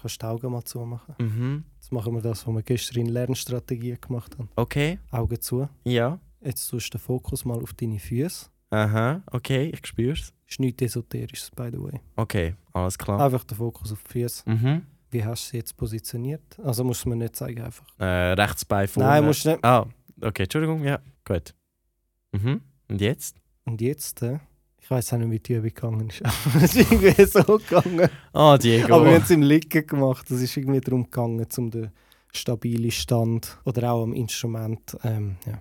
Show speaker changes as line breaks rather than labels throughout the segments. kannst die Augen mal zumachen.
Mhm.
Jetzt machen wir das, was wir gestern in Lernstrategie gemacht haben.
Okay.
Augen zu.
Ja.
Jetzt tust du den Fokus mal auf deine Füße.
Aha. Okay, ich spür's.
Ist nichts Esoterisches, by the way.
Okay, alles klar.
Einfach den Fokus auf die Füße.
Mhm.
Wie hast du sie jetzt positioniert? Also musst du mir nicht zeigen, einfach.
Äh, rechts Bein vorne.
Nein, musst du nicht.
Ah, okay, Entschuldigung, ja. Gut. Mhm. Und jetzt?
Und jetzt, äh, ich weiß auch nicht, wie die Übung gegangen ist. aber es ist irgendwie so gegangen.
Ah, Diego.
Aber wir haben es im Liegen gemacht. Es ist irgendwie darum gegangen, um den stabilen Stand oder auch am Instrument. Ähm, ja.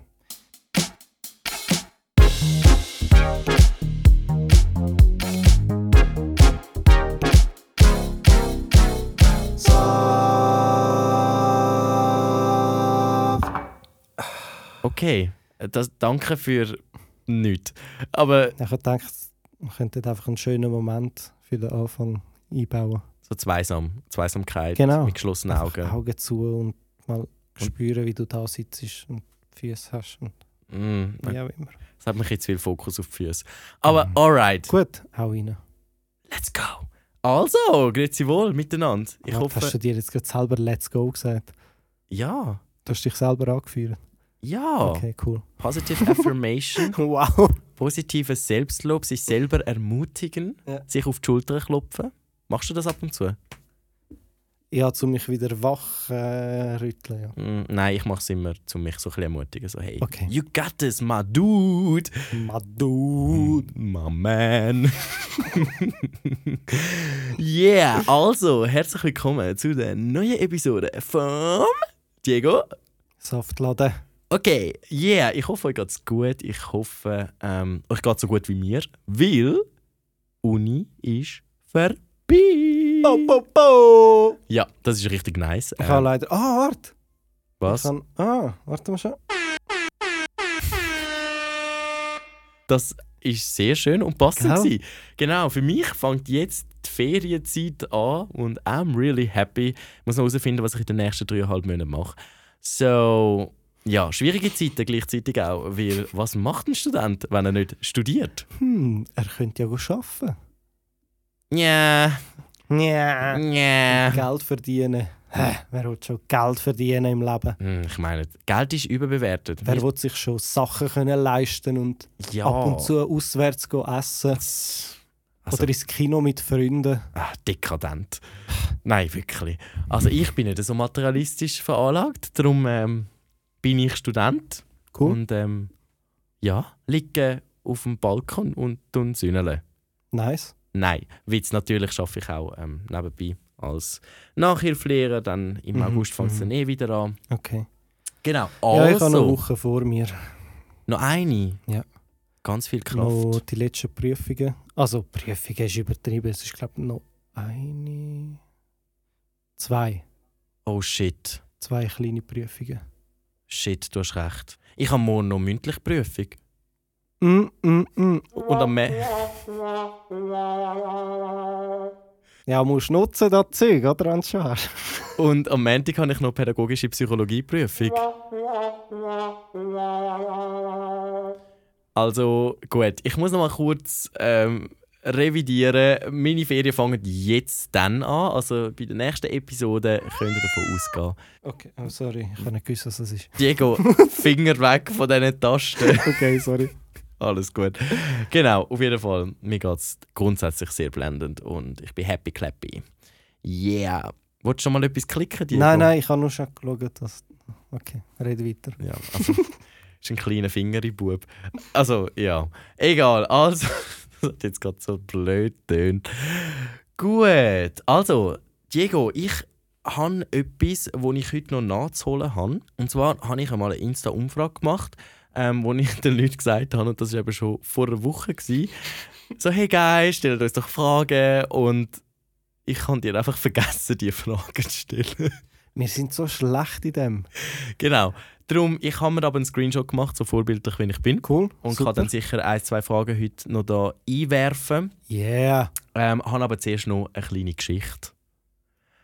okay, das, danke für nichts. Aber
Ich habe gedacht, man könnte einfach einen schönen Moment für den Anfang einbauen.
so zweisam, Zweisamkeit
Genau.
mit geschlossenen
Einfach
Augen.
Augen zu und mal spüren, wie du da sitzt und die Füße hast und
Mm,
wie auch immer.
Das hat mich jetzt viel Fokus auf die Füße. Aber
Mhm.
alright,
Gut, hau rein.
let's go. Also, grüezi wohl miteinander. Ich
Warte, Hast
hoffe,
du dir jetzt gerade selber Let's Go gesagt?
ja,
Du hast dich selber angeführt.
ja.
Okay, cool.
Positive Affirmation,
Wow.
positives Selbstlob, sich selber ermutigen,
Ja.
sich auf die Schulter klopfen. Machst du das ab und zu?
Ja, zu um mich wieder wach äh, rütteln. Ja.
Mm, nein, ich mache es immer, um mich so ein bisschen ermutigen. So, hey,
Okay.
you got this, my dude. Hm.
Madu.
My man. yeah, also, herzlich willkommen zu der neuen Episode von Diego.
Saftladen.
Okay, yeah, ich hoffe, euch geht's gut. Ich hoffe, ähm, euch geht's so gut wie mir, weil Uni ist vorbei.
bo.
Ja, das ist richtig nice.
Ich habe
Ähm,
leider. Ah, warte. Ich
was?
kann, ah, warte mal schon.
Das ist sehr schön und passend.
Gell?
gewesen. Genau, für mich fängt jetzt die Ferienzeit an und I'm really happy. Ich muss noch herausfinden, was ich in den nächsten dreieinhalb Monaten mache. So, ja, schwierige Zeiten gleichzeitig auch, weil was macht ein Student, wenn er nicht studiert?
Hm, er könnte ja gut arbeiten.
Ja,
Ja.
ja.
Geld verdienen. Hä, wer will schon Geld verdienen im Leben?
Hm, Ich meine, Geld ist überbewertet.
Wer will sich schon Sachen können leisten und
ja.
ab und zu auswärts go essen
Also,
oder ins Kino mit Freunden?
ah, dekadent. Nein, wirklich. Also ich bin nicht so materialistisch veranlagt, darum ähm, bin ich Student
Cool.
und ähm, ja, liege auf dem Balkon und tun sünnele.
Nice.
Nein, Witz natürlich schaffe ich auch ähm, nebenbei als Nachhilfelehrer, dann im
Mhm,
August fängt es
mhm.
dann eh wieder an.
Okay.
Genau,
Ja, ich habe noch eine
also,
Woche vor mir.
noch eine.
Ja.
Ganz viel Kraft.
Noch die letzten Prüfungen. Also Prüfungen ist übertrieben. Es ist glaube ich noch eine, zwei,
Oh shit.
zwei kleine Prüfungen.
Shit, du hast recht. Ich habe morgen noch mündliche Prüfung.
Mm, mm, mm.
Und am Me
Ja, musst nutzen das Zeug, oder wenn du schon hast.
und am Montag habe ich noch pädagogische Psychologieprüfung. Also gut, ich muss noch mal kurz ähm, revidieren. Meine Ferien fangen jetzt dann an. Also bei der nächsten Episode könnt ihr davon ausgehen.
Okay, oh, sorry, ich habe nicht gewusst, was das ist.
Diego, Finger weg von diesen Tasten.
Okay, sorry.
Alles gut. Genau, auf jeden Fall. Mir geht es grundsätzlich sehr blendend und ich bin happy clappy. Yeah. Wolltest du schon mal etwas klicken? Diego?
Nein, nein, ich habe nur schon geschaut, dass... Okay, red weiter.
Ja, also, ist ein kleiner Fingeri Bub. Also, ja. Egal, also, das hat jetzt gerade so blöd tönt. Gut, also, Diego, ich habe etwas, wo ich heute noch nachzuholen habe. Und zwar habe ich einmal eine Insta-Umfrage gemacht, ähm, wo ich den Leuten gesagt habe, und das war eben schon vor einer Woche, gewesen, so, hey Guys, stellt uns doch Fragen. Und ich habe dir einfach vergessen, die Fragen zu stellen.
Wir sind so schlecht in dem.
Genau. Darum, ich habe mir aber einen Screenshot gemacht, so vorbildlich wie ich bin.
Cool,
Und
super.
kann dann sicher ein, zwei Fragen heute noch da einwerfen.
Yeah.
Ähm, habe aber zuerst noch eine kleine Geschichte.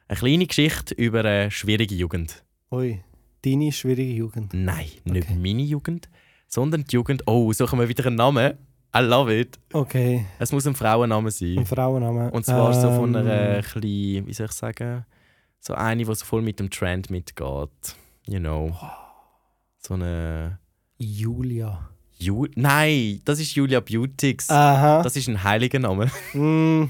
Eine kleine Geschichte über eine schwierige Jugend.
Oi, deine schwierige Jugend.
Nein, nicht
Okay.
meine Jugend, sondern die Jugend. Oh, so haben wir wieder einen Namen. I love it.
Okay,
Es muss ein Frauenname sein.
ein Frauenname.
Und zwar so von
Ähm,
einer kleinen, wie soll ich sagen, So eine, die so voll mit dem Trend mitgeht. You know. So eine.
Julia.
Ju Nein, das ist Julia Beautix.
Aha.
Das ist ein heiliger Name.
Mm,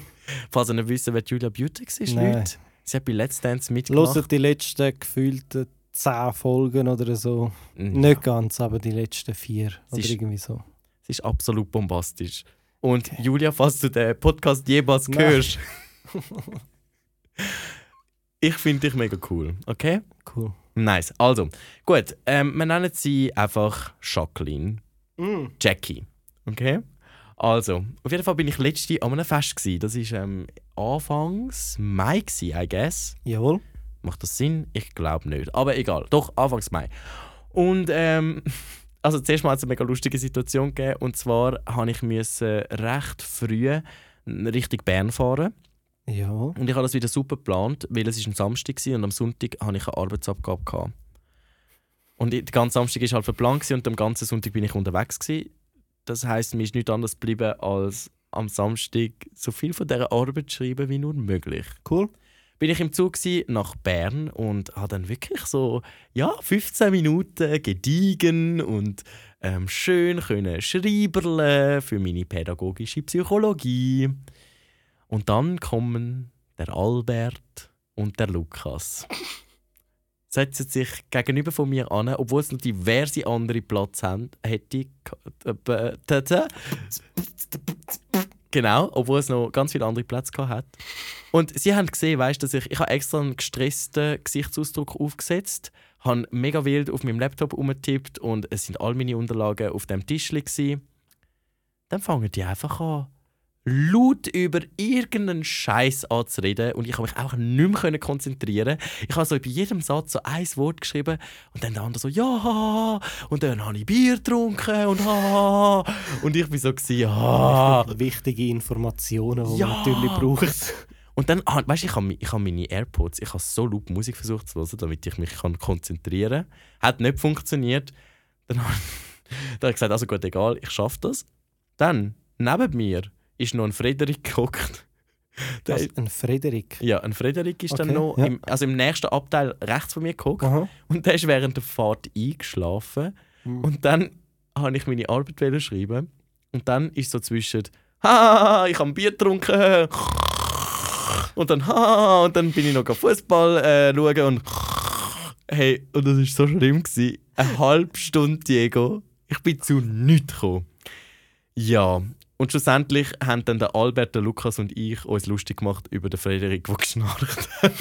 Falls ihr nicht wisst, wer Julia Beautix ist,
Nein.
Leute. Sie hat bei Let's Dance mitgemacht.
Hört die letzten gefühlten 10 Folgen oder so.
Mhm.
Nicht ganz, aber die letzten vier. Oder
ist-
irgendwie so.
Sie ist absolut bombastisch. Und Julia, falls du den Podcast jemals
Nein.
hörst, ich finde dich mega cool, okay?
Cool.
Nice. Also, gut, ähm, wir nennen sie einfach Jacqueline.
Mm.
Jackie. Okay? Also, auf jeden Fall bin ich letzte an einem Fest. Gewesen. Das war ähm, Anfangs Mai, gewesen, I guess.
Jawohl.
Macht das Sinn? Ich glaube nicht. Aber egal. Doch, Anfangs Mai. Und ähm, also zuerst mal hat es eine mega lustige Situation gegeben. Und zwar habe ich müssen recht früh Richtung Bern fahren.
Jawohl.
Und ich habe das wieder super geplant, weil es ist ein Samstag war und am Sonntag hatte ich eine Arbeitsabgabe. Gehabt. Und ich- der ganze Samstag war halt verplant gewesen und am ganzen Sonntag bin ich unterwegs. Gewesen. Das heisst, mir ist nichts anderes geblieben, als am Samstag so viel von dieser Arbeit zu schreiben wie nur möglich
Cool.
bin ich im Zug gsi nach Bern und habe dann wirklich so ja 15 Minuten gediegen und ähm, schön können schreiberle für meine pädagogische Psychologie und dann kommen der Albert und der Lukas setzen sich gegenüber von mir an, obwohl es noch diverse andere Platz haben, hätte äh, genau, obwohl es noch ganz viele andere Plätze gehabt hat. Und sie haben gesehen, weißt, dass ich, ich habe extra einen gestressten Gesichtsausdruck aufgesetzt, habe mega wild auf meinem Laptop umgetippt und es sind all meine Unterlagen auf dem Tisch gewesen. Dann fangen die einfach an, laut über irgendeinen Scheiß anzureden und ich habe mich auch nicht mehr können konzentrieren. Ich habe so bei jedem Satz so ein Wort geschrieben und dann der andere so ja ha, ha. und dann habe ich Bier getrunken und ha, ha, ha. und ich bin so gewesen, ha.
Wichtige Informationen, die
Ja.
man natürlich braucht.
Und dann, ah, weißt du, ich habe mi- ich habe meine AirPods, ich habe so laut Musik versucht zu hören, damit ich mich kann konzentrieren kann. Hat nicht funktioniert. Dann habe dann habe ich gesagt, also gut, egal, ich schaffe das. Dann, neben mir, ist noch ein Frederik gehockt. Der,
Das, ein Frederik.
ja, ein Frederik ist dann
Okay,
noch,
ja.
im, also im nächsten Abteil rechts von mir gehockt.
Aha.
Und der ist während der Fahrt eingeschlafen. Und dann habe ich meine Arbeit wollen schreiben. Und dann ist so zwischen «Ha, ich habe Bier getrunken!» Und dann «Ha!» Und dann bin ich noch Fußball äh, schauen und «Hey!» Und das war so schlimm. Gewesen. Eine halbe Stunde, Diego. Ich bin zu nichts gekommen. Ja. Und schlussendlich haben dann der Albert, der Lukas und ich uns lustig gemacht über den Frederik, der geschnarcht hat.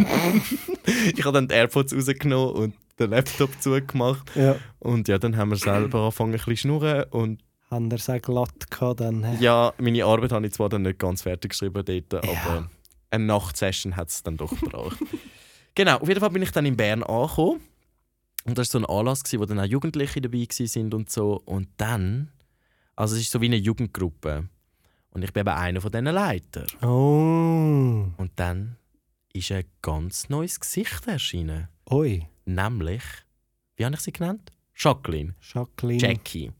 ich habe dann die AirPods rausgenommen und den Laptop zugemacht.
Ja.
Und ja, dann haben wir selber angefangen ein bisschen schnurren und
Haben er es auch glatt gehabt, dann. hä?
ja, meine Arbeit habe ich zwar dann nicht ganz fertig geschrieben dort,
Ja.
aber eine Nachtsession hat es dann doch gebraucht. genau, auf jeden Fall bin ich dann in Bern angekommen. Und das war so ein Anlass, gewesen, wo dann auch Jugendliche dabei gewesen sind und so. Und dann, also es ist so wie eine Jugendgruppe. Und ich bin eben einer von diesen Leiter.
Oh.
Und dann ist ein ganz neues Gesicht erschienen.
Oi.
Nämlich, wie habe ich sie genannt? Jacqueline.
Jacqueline.
Jackie.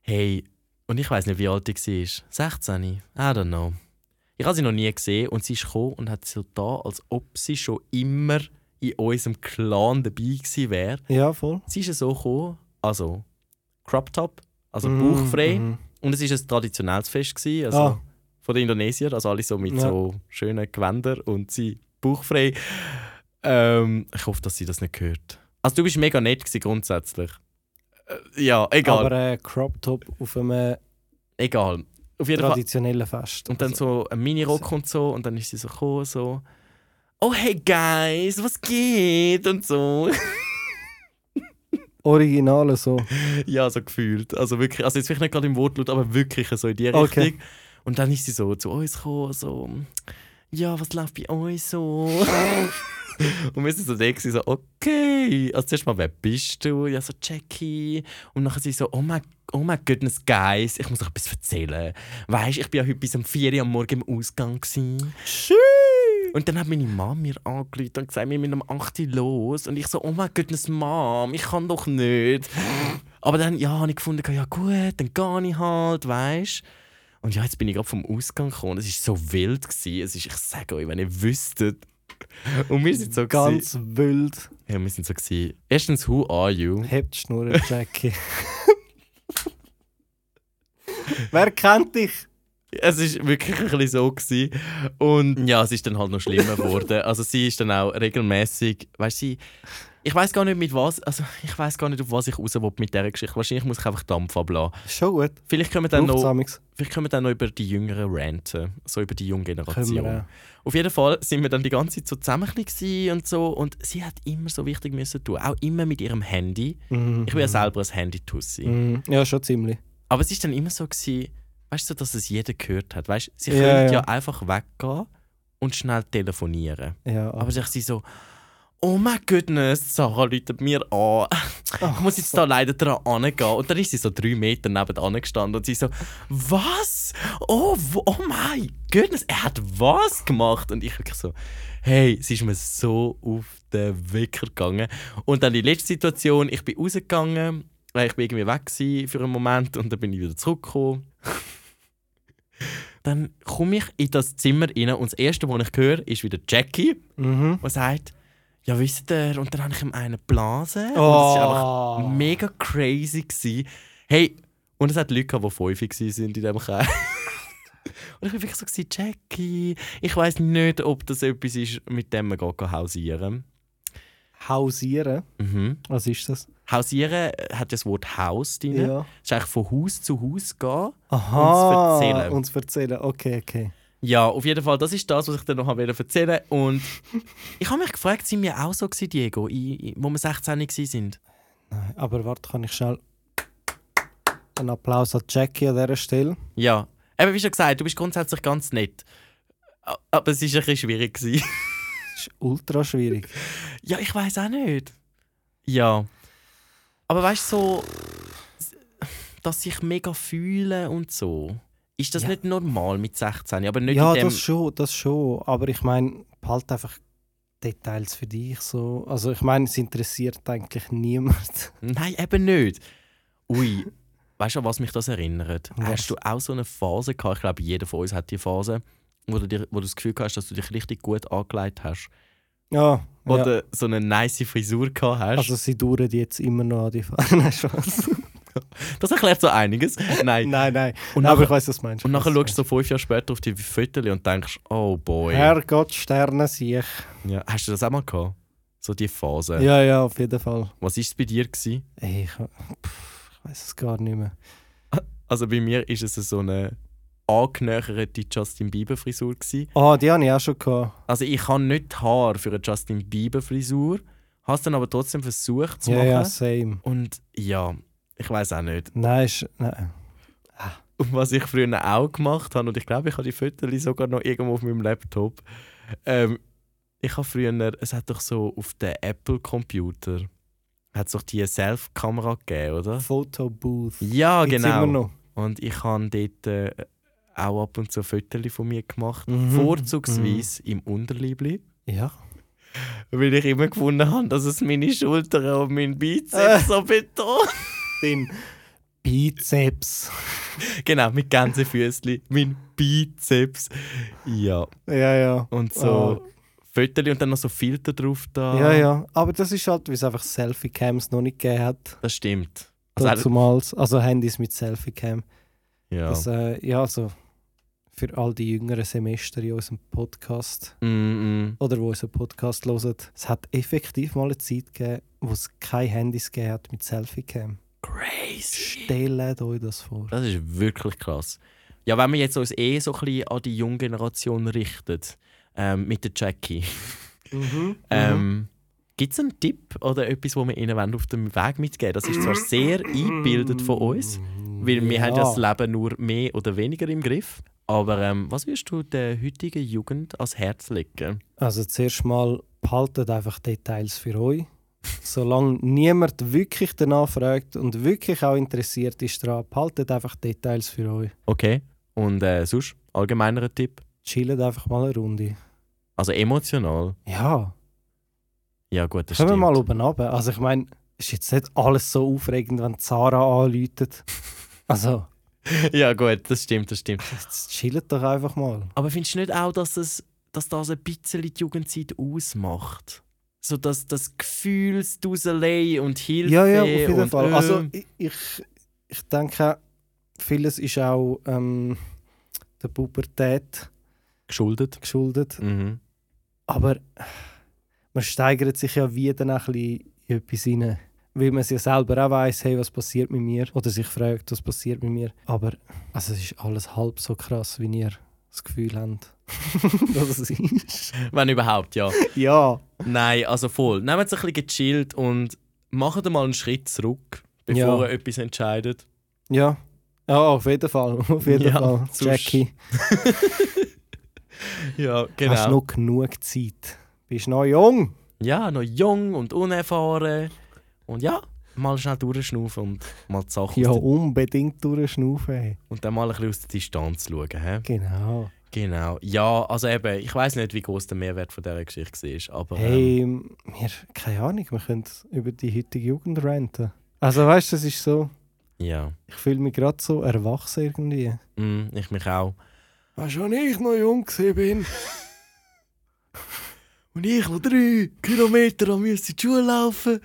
Hey, und ich weiß nicht, wie alt die war. 16? I don't know. Ich habe sie noch nie gesehen und sie ist gekommen und hat so da, als ob sie schon immer in unserem Clan dabei gewesen wäre.
Ja, voll.
Sie ist so gekommen, also Crop Top, also
Mhm,
bauchfrei.
mhm.
Und es war ein traditionelles Fest, gewesen, also
Ah.
von den Indonesiern, also alle so mit
Ja.
so schönen Gewändern und sie bauchfrei. Ähm, ich hoffe, dass sie das nicht hört. Also du bist mega nett gewesen, grundsätzlich. Äh, ja, egal.
Aber äh, Crop Top auf einem
Egal. Auf jeden Fall.
traditionellen Fest.
Und dann so ein Minirock und so. Und dann ist sie so gekommen, so. Oh hey guys, was geht? Und so.
Originale so.
ja, so gefühlt. Also wirklich, also jetzt vielleicht nicht gerade im Wortlaut, aber wirklich so in die Richtung.
Okay.
Und dann ist sie so zu uns gekommen, so. Ja, was läuft bei euch so? Und wir sind so da gewesen, so, okay. Also zuerst mal, wer bist du? Ja, so Jackie. Und nachher sie so, oh mein, oh mein goodness, guys, ich muss euch etwas erzählen. Weißt ich bin ja heute bis um 4 Uhr am Morgen im Ausgang. Gewesen.
Schön.
Und dann hat meine Mom mir angerufen und gesagt, wir müssen um 8 Uhr los. Und ich so, oh mein goodness, Mom, ich kann doch nicht. Aber dann, ja, habe ich gefunden, ja gut, dann gehe ich halt, weißt Und ja, jetzt bin ich gerade vom Ausgang gekommen. Es war so wild. Gewesen. Es ist, ich sage euch, wenn ihr wüsstet, Und wir sind so gewesen-
Ganz wild.
Ja, wir sind so gewesen. Erstens, who are you?
Hebt die Schnur, Jackie. Wer kennt dich?
Es ist wirklich ein bisschen so gewesen. und ja, es ist dann halt noch schlimmer geworden. Also sie ist dann auch regelmäßig, weißt sie, ich weiß gar nicht mit was, also ich weiß gar nicht auf was ich raus will mit dieser Geschichte. Wahrscheinlich muss ich einfach Dampf ablassen.
Schon gut.
Vielleicht können wir dann noch,
Braucht's
vielleicht können wir dann noch über die Jüngeren ranten, so über die junge Generation.
Können
Auf jeden Fall sind wir dann die ganze Zeit so zusammen ein bisschen gewesen und so und sie hat immer so wichtig müssen tun, auch immer mit ihrem Handy.
Mhm.
Ich bin ja selber ein Handy-Tussi.
Mhm. Ja, schon ziemlich.
Aber es ist dann immer so, gewesen, weißt du, dass es jeder gehört hat. Weißt, sie
Ja,
können ja.
ja.
einfach weggehen und schnell telefonieren.
Ja,
Aber ich sie so, oh mein goodness, Sarah läutet mir an. Ich muss jetzt da leider dran angehen. Und dann ist sie so drei Meter nebenan gestanden und sie so, was? Oh, wo- oh mein goodness, er hat was gemacht? Und ich wirklich so, hey, sie ist mir so auf den Wecker gegangen. Und dann die letzte Situation, ich bin rausgegangen, weil ich bin irgendwie weg gewesen für einen Moment und dann bin ich wieder zurückgekommen. Dann komme ich in das Zimmer rein und das Erste, was ich höre, ist wieder Jackie
Mhm.
und sagt, ja, wisst ihr, und dann habe ich ihm einen geblasen. Und es
Oh.
war einfach mega crazy. Gewesen. Hey, und es hat Leute, gehabt, die fünf waren in diesem Kreis. und ich war wirklich so, gewesen, Jackie, ich weiss nicht, ob das etwas ist, mit dem man geht hausieren
Hausieren.
mhm.
Was ist das?
Hausieren äh, hat das Wort Haus drin. Das ist eigentlich von Haus zu Haus gehen.
Aha.
Uns erzählen.
Uns erzählen. Okay, okay.
Ja, auf jeden Fall, das ist das, was ich dir noch habe erzählen wollte. Und ich habe mich gefragt, sind wir auch so gewesen, Diego, i- i- wo wir 16 waren?
Nein, Aber warte, kann ich schnell. Einen Applaus an Jackie an dieser Stelle.
Ja. Eben, wie schon gesagt, du bist grundsätzlich ganz nett. A- Aber es war ein bisschen schwierig. gewesen.
Das ist ultra schwierig.
ja, ich weiß auch nicht. Ja. Aber weißt du, so, dass sich mega fühlen und so. Ist das
Ja.
nicht normal mit 16? Aber nicht
ja,
in dem.
das schon, das schon. Aber ich meine, halt einfach Details für dich so. Also ich meine, es interessiert eigentlich niemand.
Nein, eben nicht. Ui. Weißt du, an was mich das erinnert?
Was?
Hast du auch so eine Phase gehabt? Ich glaube, jeder von uns hat die Phase, wo du, dir, wo du das Gefühl hast, dass du dich richtig gut angelegt hast.
Ja.
Wo
ja.
du so eine nice Frisur gehabt hast.
Also sie dauern jetzt immer noch an die Fahne. Nein, Spaß.
Das erklärt so einiges. Nein.
nein, nein.
Und
Aber
nachher-
ich weiß, was du meinst.
Und nachher schaust du so fünf Jahre später auf die Fotos und denkst, oh boy.
Herrgott, Sterne sehe ich.
Ja, hast du das auch mal gehabt? So die Phase.
Ja, ja, auf jeden Fall.
Was war es bei dir? Gewesen?
Ey, ich pff, ich weiß es gar nicht mehr.
Also bei mir war es so eine angenäherte Justin Bieber Frisur. Gewesen.
Ah, die hatte ich auch schon. Gehabt.
Also ich habe nicht die Haare für eine Justin Bieber Frisur, habe es dann aber trotzdem versucht zu
Ja,
machen.
ja, same.
Und ja, ich weiß auch nicht.
Nein, ist, nein.
Und was ich früher auch gemacht habe, und ich glaube, ich habe die Fotos sogar noch irgendwo auf meinem Laptop. Ähm, ich habe früher, es hat doch so auf den Apple-Computer, hat doch die Self-Kamera gegeben, oder?
Fotobooth.
Ja,
Gibt's
genau.
Immer noch.
Und ich habe dort äh, auch ab und zu Fotos von mir gemacht,
Mhm.
vorzugsweise im Unterliebli.
Ja.
Weil ich immer gefunden habe, dass es meine Schultern und mein Bizeps so betont.
Den Bizeps.
genau, mit Gänsefüßchen, mein Bizeps. Ja.
Ja, ja.
Und
Ah.
so Fötterli und dann noch so Filter drauf da.
Ja, ja. Aber das ist halt, weil es einfach Selfie-Cams noch nicht gegeben hat.
Das stimmt. Also,
Also, zumals, also Handys mit Selfie-Cam.
ja.
Das, äh, ja, also für all die jüngeren Semester in unserem Podcast
mm, mm.
oder wo unseren Podcast hören, es hat effektiv mal eine Zeit gegeben, wo es keine Handys gegeben hat mit Selfie-Cam.
Crazy.
Stellt euch das vor.
Das ist wirklich krass. Ja, wenn wir jetzt uns eh so ein bisschen an die junge Generation richtet, ähm, mit der Jackie.
Mhm,
Ähm, Gibt es einen Tipp oder etwas, wo wir Ihnen wollen auf dem Weg mitgeben Das ist zwar sehr eingebildet von uns, weil wir haben ja das Leben nur mehr oder weniger im Griff. Aber ähm, was würdest du der heutigen Jugend ans Herz legen?
Also zuerst mal behaltet einfach Details für euch. Solange niemand wirklich danach fragt und wirklich auch interessiert ist daran, behaltet einfach Details für euch.
Okay. Und äh, sonst, allgemeiner Tipp?
Chillt einfach mal eine Runde.
Also emotional?
Ja,
Ja gut, das
kommen wir
stimmt.
mal oben runter. Also ich meine, ist jetzt nicht alles so aufregend, wenn Zara anläutet. Also,
ja gut, das stimmt, das stimmt.
jetzt chillt doch einfach mal.
Aber findest du nicht auch, dass es dass das ein bisschen die Jugendzeit ausmacht. So das, das Gefühl, Duselei und Hilfe.
Ja, ja, auf jeden
und,
Fall.
ähm,
Also ich, ich, ich denke, vieles ist auch ähm, der Pubertät
geschuldet.
geschuldet.
Mhm.
Aber man steigert sich ja wieder ein bisschen in etwas hinein. Weil man es ja selber auch weiss, hey, was passiert mit mir? Oder sich fragt, was passiert mit mir. Aber also, es ist alles halb so krass, wie ihr das Gefühl habt, dass es ist.
Wenn überhaupt, ja.
Ja.
Nein, also voll. Nehmt es ein bisschen gechillt und macht mal einen Schritt zurück, bevor
Ja.
ihr etwas entscheidet.
Ja. Ja, auf jeden Fall. Auf jeden
Ja,
Fall.
sonst-
Jackie,
Ja,
hast noch genug Zeit. Bist noch jung.
Ja, noch jung und unerfahren. Und ja, mal schnell durchschnaufen und mal die Sachen
Ja,
aus der,
unbedingt durchschnaufen. hey.
und dann mal ein bisschen aus der Distanz schauen. He?
Genau.
Genau. Ja, also eben, ich weiß nicht, wie groß der Mehrwert von dieser Geschichte war, aber ähm,
Hey, ähm, wir, keine Ahnung, wir können über die heutige Jugend ranten. Also weißt du, es ist so,
ähm, ja.
ich fühle mich gerade so erwachsen irgendwie.
Mm, ich mich auch.
Als schon ich noch jung bin.
Und ich noch drei Kilometer an müsste in die Schule laufen.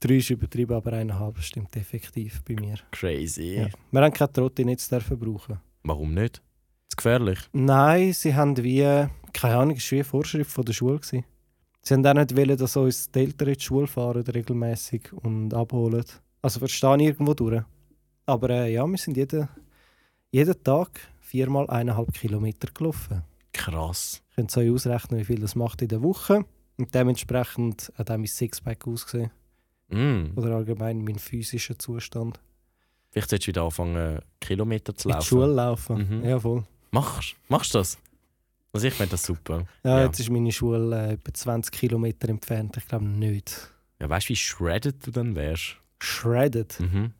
Drei ist übertrieben, aber eineinhalb stimmt effektiv bei mir.
Crazy.
Ja. Wir haben keine Trottinetz nicht dürfen brauchen.
Warum nicht? Ist gefährlich.
Nein, sie haben wie, keine Ahnung, es war wie eine Vorschrift von der Schule. Gewesen. Sie haben auch nicht wollen, dass uns die Eltern in die Schule fahren regelmäßig und abholen. Also verstehe ich irgendwo durch. Aber äh, ja, wir sind jeden, jeden Tag viermal eineinhalb Kilometer gelaufen.
Krass.
Ihr könnt euch ausrechnen, wie viel das macht in der Woche. Und dementsprechend hat auch mein Sixpack ausgesehen.
Mm.
Oder allgemein mein physischer Zustand.
Vielleicht solltest du wieder anfangen, Kilometer zu
In die
laufen.
Schule laufen.
Mhm.
Ja, voll.
Machst machst du das? Also ich finde das super.
Ja,
Ja.
jetzt ist meine Schule äh, etwa 20 Kilometer entfernt. Ich glaube nicht.
Ja, weißt du, wie shredded du dann wärst?
Shredded.
Mhm.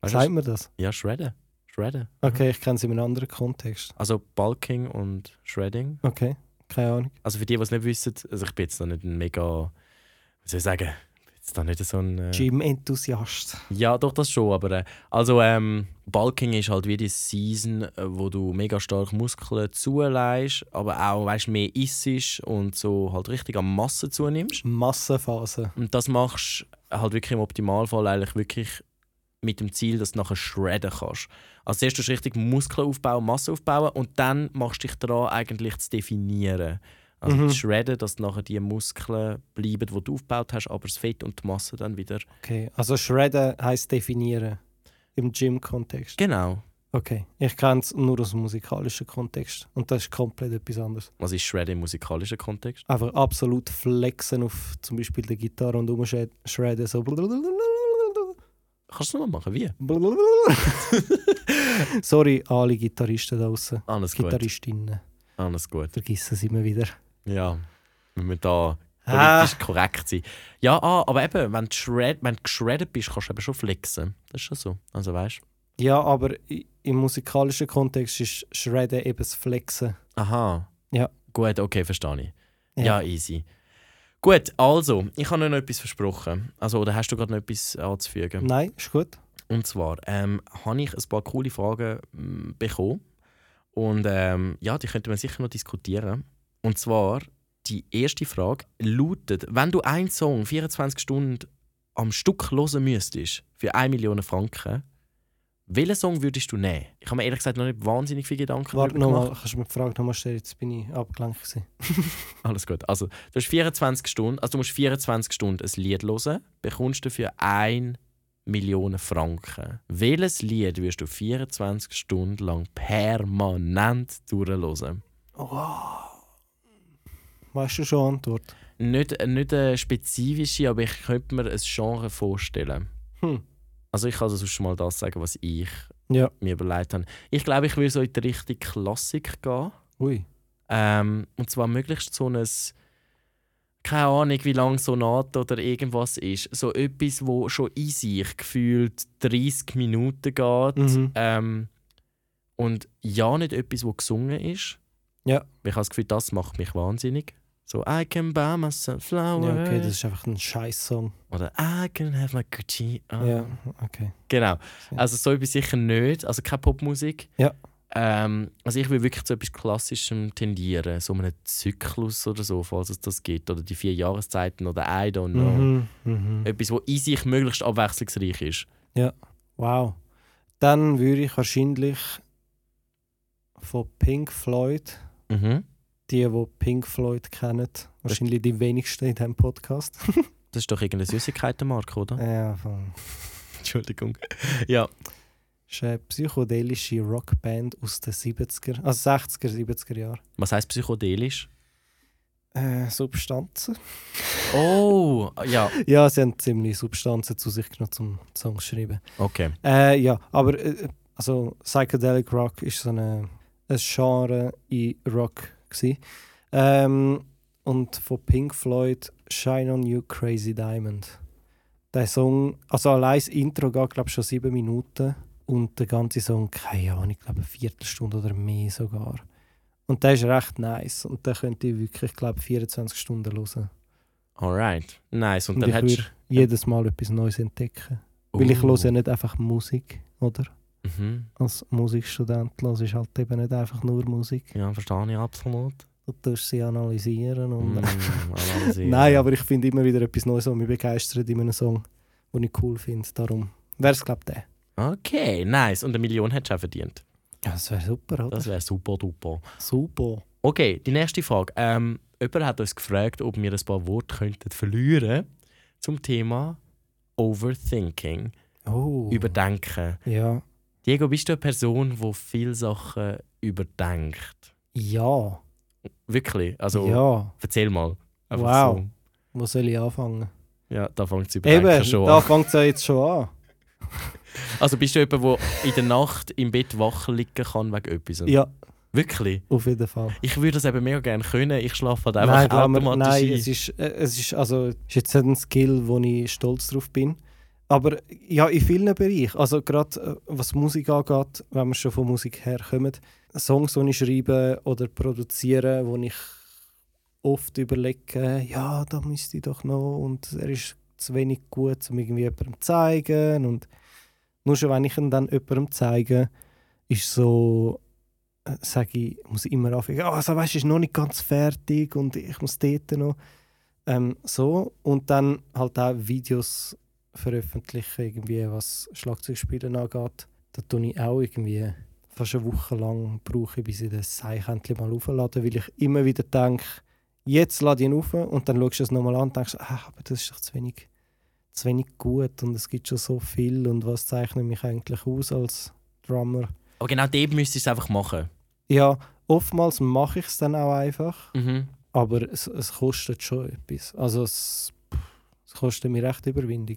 Weißt du,
Sagt mir das?
was- Mhm. ja, shredden. Shredden.
Okay, ich kenne es in einem anderen Kontext.
Also Bulking und Shredding.
Okay, keine Ahnung.
Also für die, die es nicht wissen, also ich bin jetzt da nicht ein mega, wie soll ich sagen, ich bin jetzt da nicht so ein... Äh,
Gym-Enthusiast.
Ja, doch, das schon, aber äh, also ähm, Bulking ist halt wie die Season, äh, wo du mega stark Muskeln zuleihst, aber auch, weißt mehr isst und so halt richtig an Masse zunimmst.
Massenphase.
Und das machst du halt wirklich im Optimalfall eigentlich wirklich mit dem Ziel, dass du nachher shredden kannst. Also zuerst tust du richtig Muskeln aufbauen, Masse aufbauen und dann machst du dich daran eigentlich zu definieren. Also
Mhm.
zu shredden, dass nachher die Muskeln bleiben, die du aufgebaut hast, aber das Fett und die Masse dann wieder...
Okay, also Shredden heisst definieren. Im Gym-Kontext.
Genau.
Okay, ich kenne es nur aus dem musikalischen Kontext. Und das ist komplett etwas anderes.
Was Also ist shredden im musikalischen Kontext?
Einfach absolut flexen auf zum Beispiel der Gitarre und umschredden so.
Kannst du es nochmal machen? Wie?
Sorry, alle Gitarristen da draußen.
Alles gut.
Gitarristinnen.
Alles gut.
Vergiss es immer wieder.
Ja. Wir müssen da
Ah.
politisch korrekt sein. Ja, ah, aber eben, wenn du, shred, wenn du shredded bist, kannst du eben schon flexen. Das ist schon so. Also weißt
Ja, aber i- im musikalischen Kontext ist Shredden eben das Flexen.
Aha.
Ja.
Gut, okay, verstehe ich.
Ja.
Ja, easy. Gut, also, ich habe noch etwas versprochen. Also, oder hast du gerade noch etwas anzufügen?
Nein, ist gut.
Und zwar ähm, habe ich ein paar coole Fragen mm, bekommen. Und ähm, ja, die könnte man sicher noch diskutieren. Und zwar, die erste Frage lautet, wenn du einen Song 24 Stunden am Stück hören müsstest, für 1 Million Franken, welchen Song würdest du nehmen? Ich habe mir ehrlich gesagt noch nicht wahnsinnig viel Gedanken
Warte
darüber
nochmal, kannst du mir die Frage nochmal stellen? Jetzt bin ich abgelenkt. Gewesen.
Alles gut. Also, du hast 24 Stunden, also du musst 24 Stunden ein Lied hören, bekommst dafür 1 Million Franken. Welches Lied wirst du 24 Stunden lang permanent durchhören?
Weißt du schon Antwort?
Nicht, äh, nicht eine spezifische, aber ich könnte mir ein Genre vorstellen.
Hm.
Also ich kann also sonst schon mal das sagen, was ich
Ja.
mir überlegt habe. Ich glaube, ich will so in die Richtung Klassik gehen.
Ui.
Ähm, und zwar möglichst so ein. Keine Ahnung, wie lang Sonate oder irgendwas ist. So etwas, wo schon in sich gefühlt 30 Minuten geht.
Mhm.
Ähm, und ja, nicht etwas, wo gesungen ist.
Ja.
Weil Ich habe das Gefühl, das macht mich wahnsinnig. So, I can buy myself flowers.
Ja, okay, das ist einfach ein scheiß Song.
Oder I can have my Gucci on.
Ja, okay.
Genau.
Ja.
Also so etwas sicher nicht, also keine Popmusik.
Ja.
Ähm, also ich will wirklich zu etwas Klassischem tendieren, so einem Zyklus oder so, falls es das gibt, oder die vier Jahreszeiten oder I don't know.
Mhm, mhm.
Etwas, wo in sich möglichst abwechslungsreich ist.
Wow. Dann würde ich wahrscheinlich von Pink Floyd, Mhm. die, die Pink Floyd kennen, wahrscheinlich die wenigsten in diesem Podcast.
Das ist doch irgendeine Süßigkeitenmarke, oder?
ja, voll.
Entschuldigung. Ja.
ist eine psychedelische Rockband aus den 70er, also 60er, 70er Jahren.
Was heißt psychodelisch?
Äh, Substanzen?
Oh, ja.
Ja, sie haben ziemlich Substanzen zu sich genommen, zum Song zu schreiben.
Okay.
Äh, ja, aber äh, also Psychedelic Rock ist so eine, ein Genre in Rock gsi. Ähm, und von Pink Floyd Shine on You Crazy Diamond. Der Song, also allein das Intro geht glaube schon sieben Minuten und der ganze Song, keine Ahnung, ich glaube eine Viertelstunde oder mehr sogar. Und der ist recht nice und den könnt ihr wirklich, ich glaube 24 Stunden hören.
Alright. Nice. Und
Und
dann
ich
hättest
würde jedes Mal etwas Neues entdecken. Weil ich
Oh.
höre ja nicht einfach Musik, oder?
Mhm.
als Musikstudent los ist halt eben nicht einfach nur Musik.
Ja, verstehe ich absolut.
Du tust sie analysieren und.
Mm, analysieren.
Oh, Nein, aber ich finde immer wieder etwas Neues, was mich begeistert in einem Song, den ich cool finde. Darum wäre es, glaube ich, der.
Okay, nice. Und eine Million hättest du auch verdient.
Ja, das wäre super, oder?
Das wäre super duper.
Super.
Okay, die nächste Frage. Ähm, jemand hat uns gefragt, ob wir ein paar Worte könnten verlieren zum Thema Overthinking,
Oh.
Überdenken.
ja.
Diego, bist du eine Person, die viele Sachen überdenkt?
Ja.
Wirklich? Also,
Ja.
erzähl mal.
Wow.
so.
Wo soll ich anfangen?
Ja, da fängt es überdenken
Eben,
schon
da
an.
fängt es ja jetzt schon an.
Also bist du jemand, der in der Nacht im Bett wach liegen kann wegen etwas?
Ja,
Wirklich?
auf jeden Fall.
Ich würde das eben mega gerne können. Ich schlafe halt einfach
Nein, glaub mir,
automatisch
nein
ein.
es, ist, äh, es ist also es ist jetzt nicht ein Skill, wo ich stolz drauf bin. Aber ja, in vielen Bereichen. Also gerade äh, was Musik angeht, wenn wir schon von Musik herkommen, Songs, die ich schreibe oder produziere, wo ich oft überlege, ja, da müsste ich doch noch und er ist zu wenig gut, um irgendwie jemandem zu zeigen. Und nur schon, wenn ich ihn dann jemandem zeige, ist so, äh, sage ich, muss ich immer anfangen, ah, also weißt du, ist noch nicht ganz fertig und ich muss dort noch. Ähm, so. Und dann halt auch Videos veröffentlichen, irgendwie, was Schlagzeugspielen angeht. Da tue ich auch irgendwie fast eine Woche lang brauche, bis ich das Seich endlich mal aufladen, weil ich immer wieder denke, jetzt lade ich ihn auf und dann schaust du es nochmal an und denkst, ah, aber das ist doch zu wenig, zu wenig gut und es gibt schon so viel und was zeichnet mich eigentlich aus als Drummer?
Aber genau dort müsstest du es einfach machen.
Ja, oftmals mache ich es dann auch einfach,
Mhm.
aber es, es kostet schon etwas. Also es, es kostet mir recht Überwindung,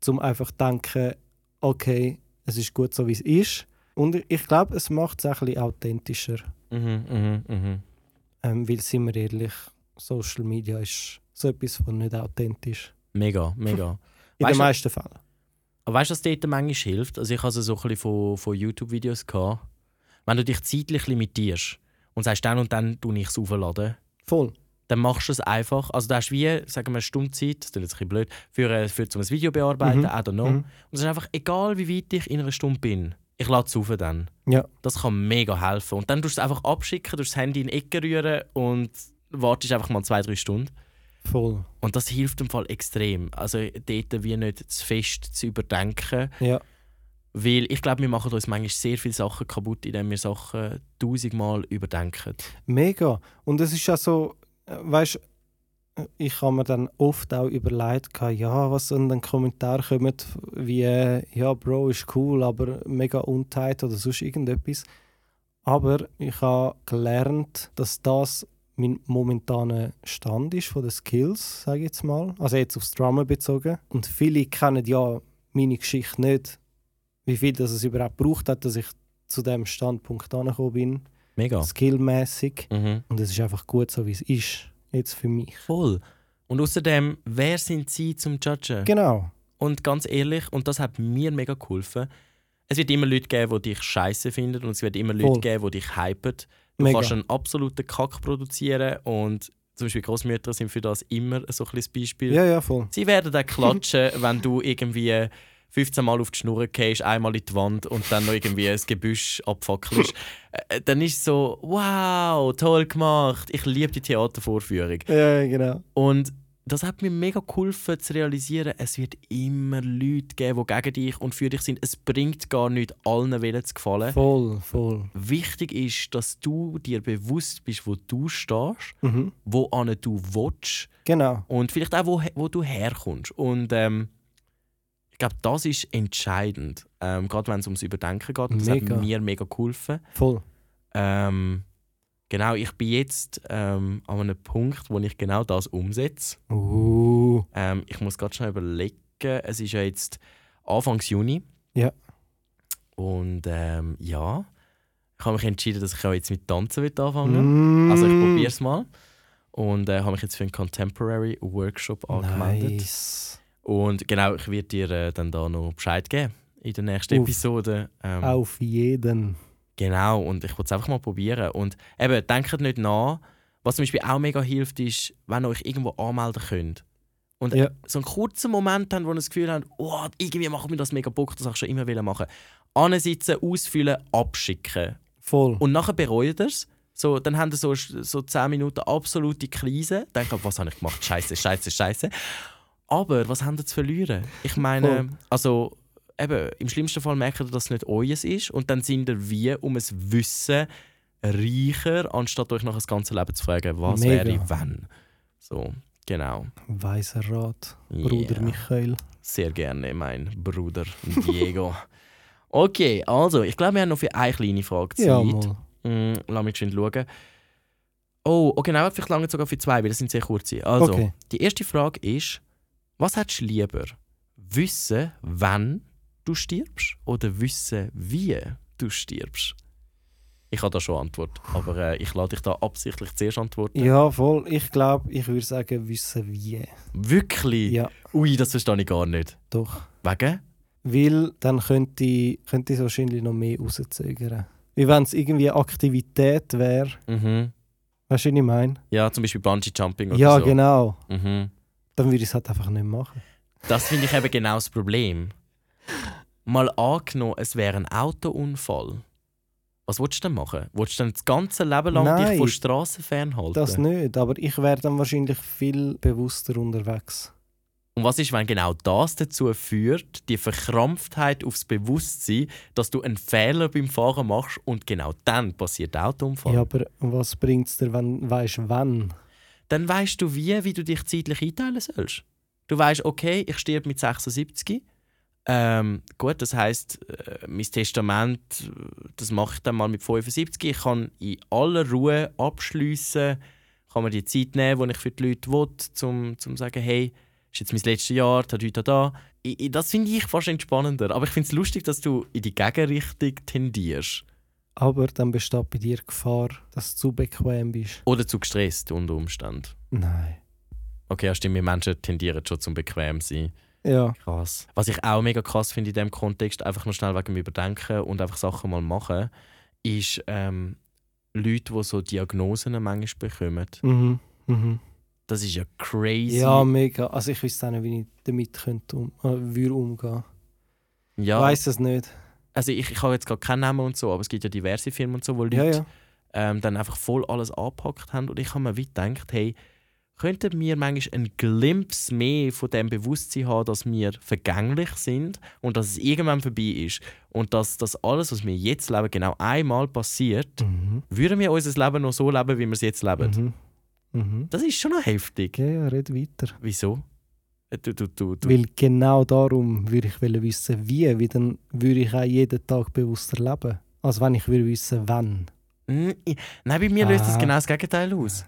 zum einfach denken, okay, es ist gut so, wie es ist. Und ich- ich glaube, es macht es auch ein bisschen authentischer.
Mhm, mhm, mhm.
Ähm, weil, sind wir ehrlich, Social Media ist so etwas von nicht authentisch.
Mega, mega.
In
Weißt
den
du-
meisten Fällen.
Aber weißt du, was dort manchmal hilft? Also ich hatte also so ein bisschen von, von YouTube-Videos. gehabt. Wenn du dich zeitlich limitierst und sagst, dann und dann tue ich es aufladen,
Voll.
dann machst du es einfach. Also du hast wie, sagen wir, eine Stunde Zeit, das klingt jetzt ein bisschen blöd, für, äh, für zum ein Video bearbeiten,
Mhm.
I don't know.
Mhm.
Und es ist einfach, egal wie weit ich in einer Stunde bin, ich lade es auf dann.
Ja.
Das kann mega helfen. Und dann tust du es einfach abschicken, tust das Handy in die Ecke rühren und wartest einfach mal zwei, drei Stunden.
Voll.
Und das hilft im Fall extrem. Also dort wie nicht zu fest zu überdenken.
Ja.
Weil ich glaube, wir machen uns manchmal sehr viele Sachen kaputt, indem wir Sachen tausendmal überdenken.
Mega. Und es ist ja so, äh, weißt äh, ich habe mir dann oft auch überlegt, gehabt, ja, was in den Kommentar kommt, wie, äh, ja, Bro ist cool, aber mega unteilt oder sonst irgendetwas. Aber ich habe gelernt, dass das mein momentaner Stand ist von den Skills, sage ich jetzt mal. Also jetzt aufs Drummer bezogen. Und viele kennen ja meine Geschichte nicht, wie viel das es überhaupt gebraucht hat, dass ich zu dem Standpunkt angekommen bin,
Mega.
skillmäßig.
Mhm.
Und es ist einfach gut, so wie es ist. Jetzt für mich.
Voll. Und außerdem, wer sind sie zum Judgen?
Genau.
Und ganz ehrlich, und das hat mir mega geholfen, es wird immer Leute geben, die dich scheiße finden und es wird immer Leute
Voll.
geben, die dich hypen. Du
Mega.
kannst einen absoluten Kack produzieren und zum Beispiel Großmütter sind für das immer so ein kleines Beispiel.
Ja, ja, voll.
Sie werden dann klatschen, wenn du irgendwie 15 Mal auf die Schnur gehst, einmal in die Wand und dann noch irgendwie ein Gebüsch abfackelst, äh, dann ist es so, wow, toll gemacht, ich liebe die Theatervorführung.
Ja, genau.
Und das hat mir mega geholfen zu realisieren, es wird immer Leute geben, die gegen dich und für dich sind. Es bringt gar nicht allen Willen zu gefallen.
Voll, voll.
Wichtig ist, dass du dir bewusst bist, wo du stehst,
Mhm.
wo ane du willst
Genau.
und vielleicht auch, wo, he- wo du herkommst. Und ähm, ich glaube, das ist entscheidend. Ähm, Gerade wenn es ums Überdenken geht. Und das
Mega.
hat mir mega geholfen.
Voll.
Ähm, genau, ich bin jetzt ähm, an einem Punkt, wo ich genau das umsetze.
Uh.
Ähm, ich muss gerade schnell überlegen. Es ist ja jetzt Anfangs Juni.
Ja.
Und ähm, ja, ich habe mich entschieden, dass ich auch jetzt mit Tanzen will anfangen
Mm.
Also ich probiere es mal. Und äh, habe mich jetzt für einen Contemporary Workshop angemeldet.
Nice.
Und genau, ich werde dir äh, dann da noch Bescheid geben in der nächsten
Auf.
Episode. Ähm,
Auf jeden.
Genau, und ich wollte es einfach mal probieren. Und eben, denkt nicht nach. Was zum Beispiel auch mega hilft, ist, wenn ihr euch irgendwo anmelden könnt. Und
Ja.
so einen kurzen Moment haben, wo ihr das Gefühl habt, oh, irgendwie macht mir das mega Bock, das habe ich schon immer wollen machen. Ansitzen, ausfüllen, abschicken.
Voll.
Und nachher bereut ihr es. So, dann habt ihr so, so 10 Minuten absolute Krise. Denkt, was habe ich gemacht? Scheiße, scheiße, scheiße. Aber was habt ihr zu verlieren? Ich meine, also eben, im schlimmsten Fall merkt ihr, dass es nicht eues ist. Und dann sind ihr wie um ein Wissen reicher, anstatt euch nach das ganze Leben zu fragen, was
Mega.
wäre wenn. So, genau.
Weiser Rat, Bruder
Yeah.
Michael.
Sehr gerne, mein Bruder Diego. okay, also, ich glaube, wir haben noch für eine kleine Frage Zeit.
Ja, mal.
Mm, lass mich schnell schauen. Oh, okay, nein, vielleicht lange sogar für zwei, weil das sind sehr kurze. Also,
Okay.
die erste Frage ist: Was hättest du lieber? Wissen, wann du stirbst oder wissen, wie du stirbst? Ich habe da schon eine Antwort, aber äh, ich lade dich da absichtlich zuerst antworten.
Ja, voll. Ich glaube, ich würde sagen, wissen wie.
Wirklich?
Ja,
Ui, das verstehe ich gar nicht.
doch.
Wegen?
Weil dann könnte ich, könnte ich es wahrscheinlich noch mehr rauszögern. Wie wenn es irgendwie Aktivität wäre.
Mhm.
Weißt du, was ich meine?
Ja, zum Beispiel Bungee Jumping oder
Ja,
so.
genau.
Mhm.
Dann würde ich es halt einfach nicht machen.
Das finde ich eben genau das Problem. Mal angenommen, es wäre ein Autounfall. Was willst du denn machen? Willst du denn das ganze Leben lang dich
Nein.
von Straßen fernhalten?
Das nicht, aber ich wäre dann wahrscheinlich viel bewusster unterwegs.
Und was ist, wenn genau das dazu führt, die Verkrampftheit aufs Bewusstsein, dass du einen Fehler beim Fahren machst und genau dann passiert der Autounfall?
Ja, aber was bringt es dir, wenn du weißt, wann?
Dann weißt du wie, wie du dich zeitlich einteilen sollst. Du weißt, okay, ich stirb mit 76. Ähm, gut, das heißt, äh, mein Testament, äh, das mache ich dann mal mit 75. Ich kann in aller Ruhe abschließen, kann mir die Zeit nehmen, die ich für die Leute will, um zu sagen, hey, ist jetzt mein letztes Jahr, da, da, da. Ich, ich- das finde ich fast entspannender. Aber ich finde es lustig, dass du in die Gegenrichtung tendierst.
Aber dann besteht bei dir die Gefahr, dass du zu bequem bist.
Oder zu gestresst unter Umständen.
Nein.
Okay, ja, stimmt, wir Menschen tendieren schon zum bequem sein.
Ja,
Krass. Was ich auch mega krass finde in diesem Kontext, einfach nur schnell wegen dem Überdenken und einfach Sachen mal machen, ist ähm, Leute, die so Diagnosen manchmal bekommen.
mhm. Mhm.
Das ist ja crazy.
Ja, mega. Also ich wüsste auch nicht, wie ich damit könnte um, äh, würde umgehen Ich
ja
Weiß es nicht.
also ich, ich habe jetzt gar keinen Namen und so, aber es gibt ja diverse Firmen und so, wo Leute
Ja, ja.
ähm, dann einfach voll alles angepackt haben. Und ich habe mir wie gedacht, hey, könnten wir manchmal einen Glimpse mehr von dem Bewusstsein haben, dass wir vergänglich sind und dass es irgendwann vorbei ist. Und dass das alles, was wir jetzt leben, genau einmal passiert,
Mhm.
würden wir unser Leben noch so leben, wie wir es jetzt leben.
Mhm. Mhm.
Das ist schon noch heftig.
Ja, ja, red weiter.
Wieso? Äh, Du, du, du, du.
Weil genau darum würde ich wollen wissen, wie, weil dann würde ich auch jeden Tag bewusster leben. Als wenn ich würde wissen, wann.
Mm, i- Nein, bei mir löst das
Ah.
genau das Gegenteil aus.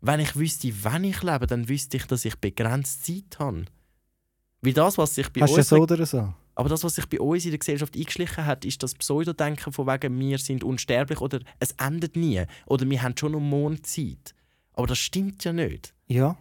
Wenn ich wüsste, wann ich lebe, dann wüsste ich, dass ich begrenzt Zeit habe. Weil das, was sich bei
Hast du
uns
so oder so?
Aber das, was sich bei uns in der Gesellschaft eingeschlichen hat, ist das Pseudodenken von wegen, wir sind unsterblich oder es endet nie oder wir haben schon um Mond Zeit. Aber das stimmt ja nicht.
Ja.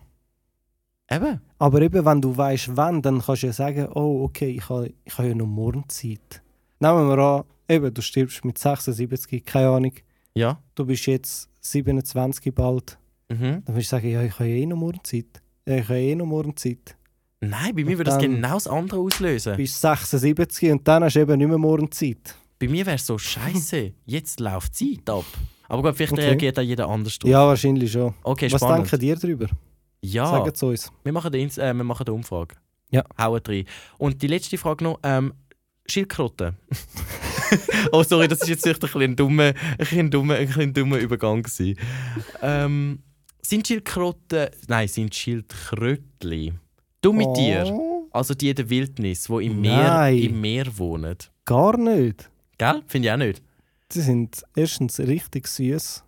Eben.
Aber eben, wenn du weißt, wann, dann kannst du ja sagen, oh, okay, ich habe ich habe ja noch morgen Zeit. Nehmen wir an, eben, du stirbst mit 76, keine Ahnung.
Ja.
Du bist jetzt 27 bald.
Mhm.
Dann würdest du sagen, ja, ich habe ja eh noch morgen Zeit. Ja, ich habe eh noch morgen Zeit.
Nein, bei mir würde das
dann-
genau das andere auslösen.
Bist 76 und dann hast du eben nicht mehr morgen Zeit.
Bei mir wäre es so, scheiße, jetzt läuft die Zeit ab. Aber gut, vielleicht
Okay.
reagiert auch jeder anders drauf.
Ja, wahrscheinlich schon.
Okay,
Was
spannend. Ah.
denken ihr darüber?
ja,
Sagen es uns.
wir machen, die, Ins- äh, wir machen die Umfrage.
Ja.
Haut rein. Und die letzte Frage noch, ähm, Schildkröten. oh, sorry, das ist jetzt echt ein bisschen ein dummer, ein bisschen dummer, ein bisschen dummer Übergang gewesen. Ähm, sind Schildkröten, nein, sind Schildkrötli dumme Tiere?
Oh,
Also die in der Wildnis, die im Meer,
Nein.
im Meer wohnen.
Gar nicht.
Gell? Finde ich auch nicht.
Sie sind erstens richtig süß.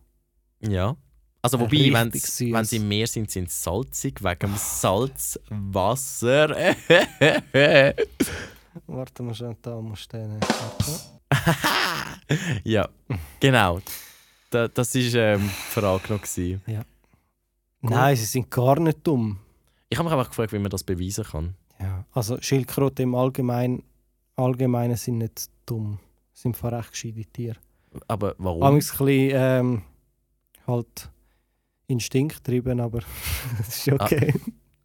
Ja. Also wobei,
Richtig
wenn,
süß.
wenn sie im Meer sind, sind sie salzig wegen dem Salzwasser.
Warte mal schon, da musst du den.
ja, genau. Da, das war ähm, die Frage noch. Gewesen.
Nein, sie sind gar nicht dumm.
Ich habe mich einfach gefragt, wie man das beweisen kann.
Ja. Also Schildkröte im Allgemeinen Allgemeinen sind nicht dumm. Sind vor recht gescheite Tiere.
Aber warum?
Allerdings ein bisschen ähm, halt instinkttrieben, aber das ist
Ah,
okay.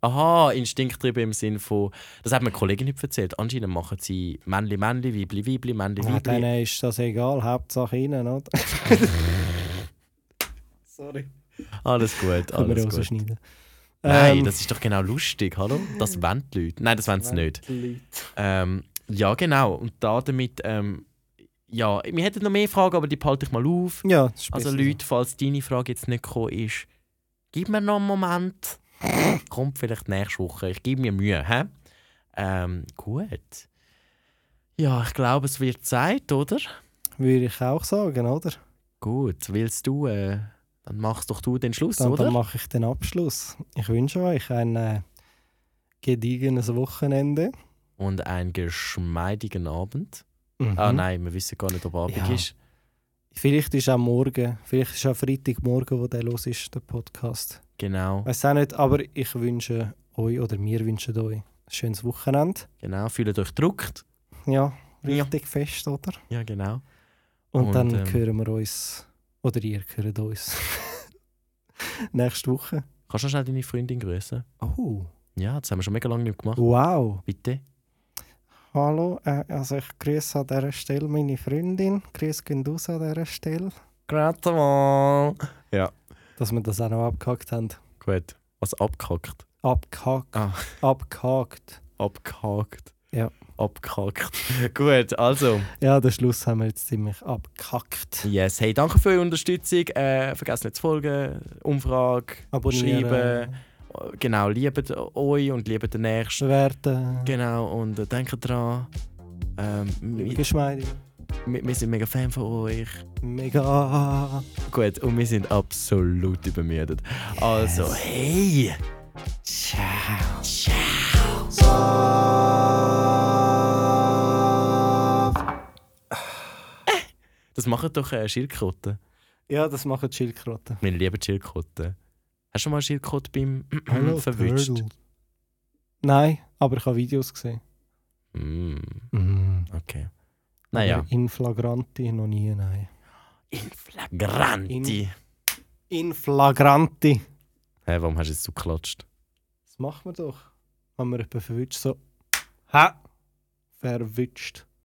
Aha, Instinkttrieben im Sinn von... Das hat mir eine Kollegin nicht erzählt. Anscheinend machen sie Männli, Männli, Weibli, Weibli, Männli,
Ja,
Weibli.
denen ist das egal, Hauptsache innen, oder? Sorry.
Alles gut,
Können wir
alles gut.
rausschneiden.
Nein,
Ähm,
das ist doch genau lustig, hallo? Das wollen die Leute. Nein, das wollen sie nicht. Ähm, ja, genau. Und da damit, ähm, ja, wir hätten noch mehr Fragen, aber die behalte ich mal auf.
Ja, das ist
Also
besser so.
Leute, falls deine Frage jetzt nicht gekommen ist, gib mir noch einen Moment. Kommt vielleicht nächste Woche. Ich gebe mir Mühe, hä? Ähm, gut. Ja, ich glaube, es wird Zeit, oder?
Würde ich auch sagen, oder?
Gut, willst du, äh, dann machst doch du den Schluss,
Dann,
oder?
dann mache ich den Abschluss. Ich wünsche euch ein äh, gediegenes Wochenende.
Und einen geschmeidigen Abend.
Mhm.
Ah nein, wir wissen gar nicht, ob Abend
Ja.
ist.
Vielleicht ist auch morgen, vielleicht ist auch Freitagmorgen, wo der los ist, der Podcast.
Genau,
Weiß auch nicht, aber ich wünsche euch oder wir wünschen euch ein schönes Wochenende.
genau. Fühlt euch gedruckt.
Ja,
Ja.
richtig fest, oder?
Ja, genau.
Und,
Und,
dann
ähm,
hören wir uns, oder ihr hört uns, nächste Woche.
Kannst du noch schnell deine Freundin grüßen?
Oh,
Ja, das haben wir schon mega lange nicht gemacht.
wow.
Bitte.
Hallo, äh, also ich grüße an dieser Stelle meine Freundin. Grüße gehen raus an dieser Stelle.
Grüße mal.
Dass wir das auch noch abgehakt haben.
Gut. Was abgehackt?
Abgehakt.
Ah.
Abgehakt.
Abgehackt.
Ja.
Abgehackt. Gut, also.
Ja, den Schluss haben wir jetzt ziemlich abgehackt.
Yes. Hey, danke für eure Unterstützung. Äh, vergesst nicht zu folgen. Umfrage.
Abonnieren,
Schreiben. Genau, liebt euch und liebt den Nächsten.
bewerten,
Genau, und äh, denkt dran. Ähm, wir,
geschmeidig.
wir wir sind mega Fan von euch.
Mega.
Gut, und wir sind absolut übermüdet. Also, hey! Ciao! Ciao! Das machen doch äh, Schildkröten.
Ja, das machen die Schildkröten.
Wir lieben Schildkröten. Hast du schon mal Schildkröte beim verwünscht?
Turtle. Nein, aber ich habe Videos gesehen.
Mm,
Mhm.
okay. Naja.
In flagranti noch nie, nein.
In flagranti.
In flagranti.
Hä, warum hast du jetzt so geklatscht?
Das macht man doch. Wenn man jemanden verwünscht, so. Hä? Verwünscht.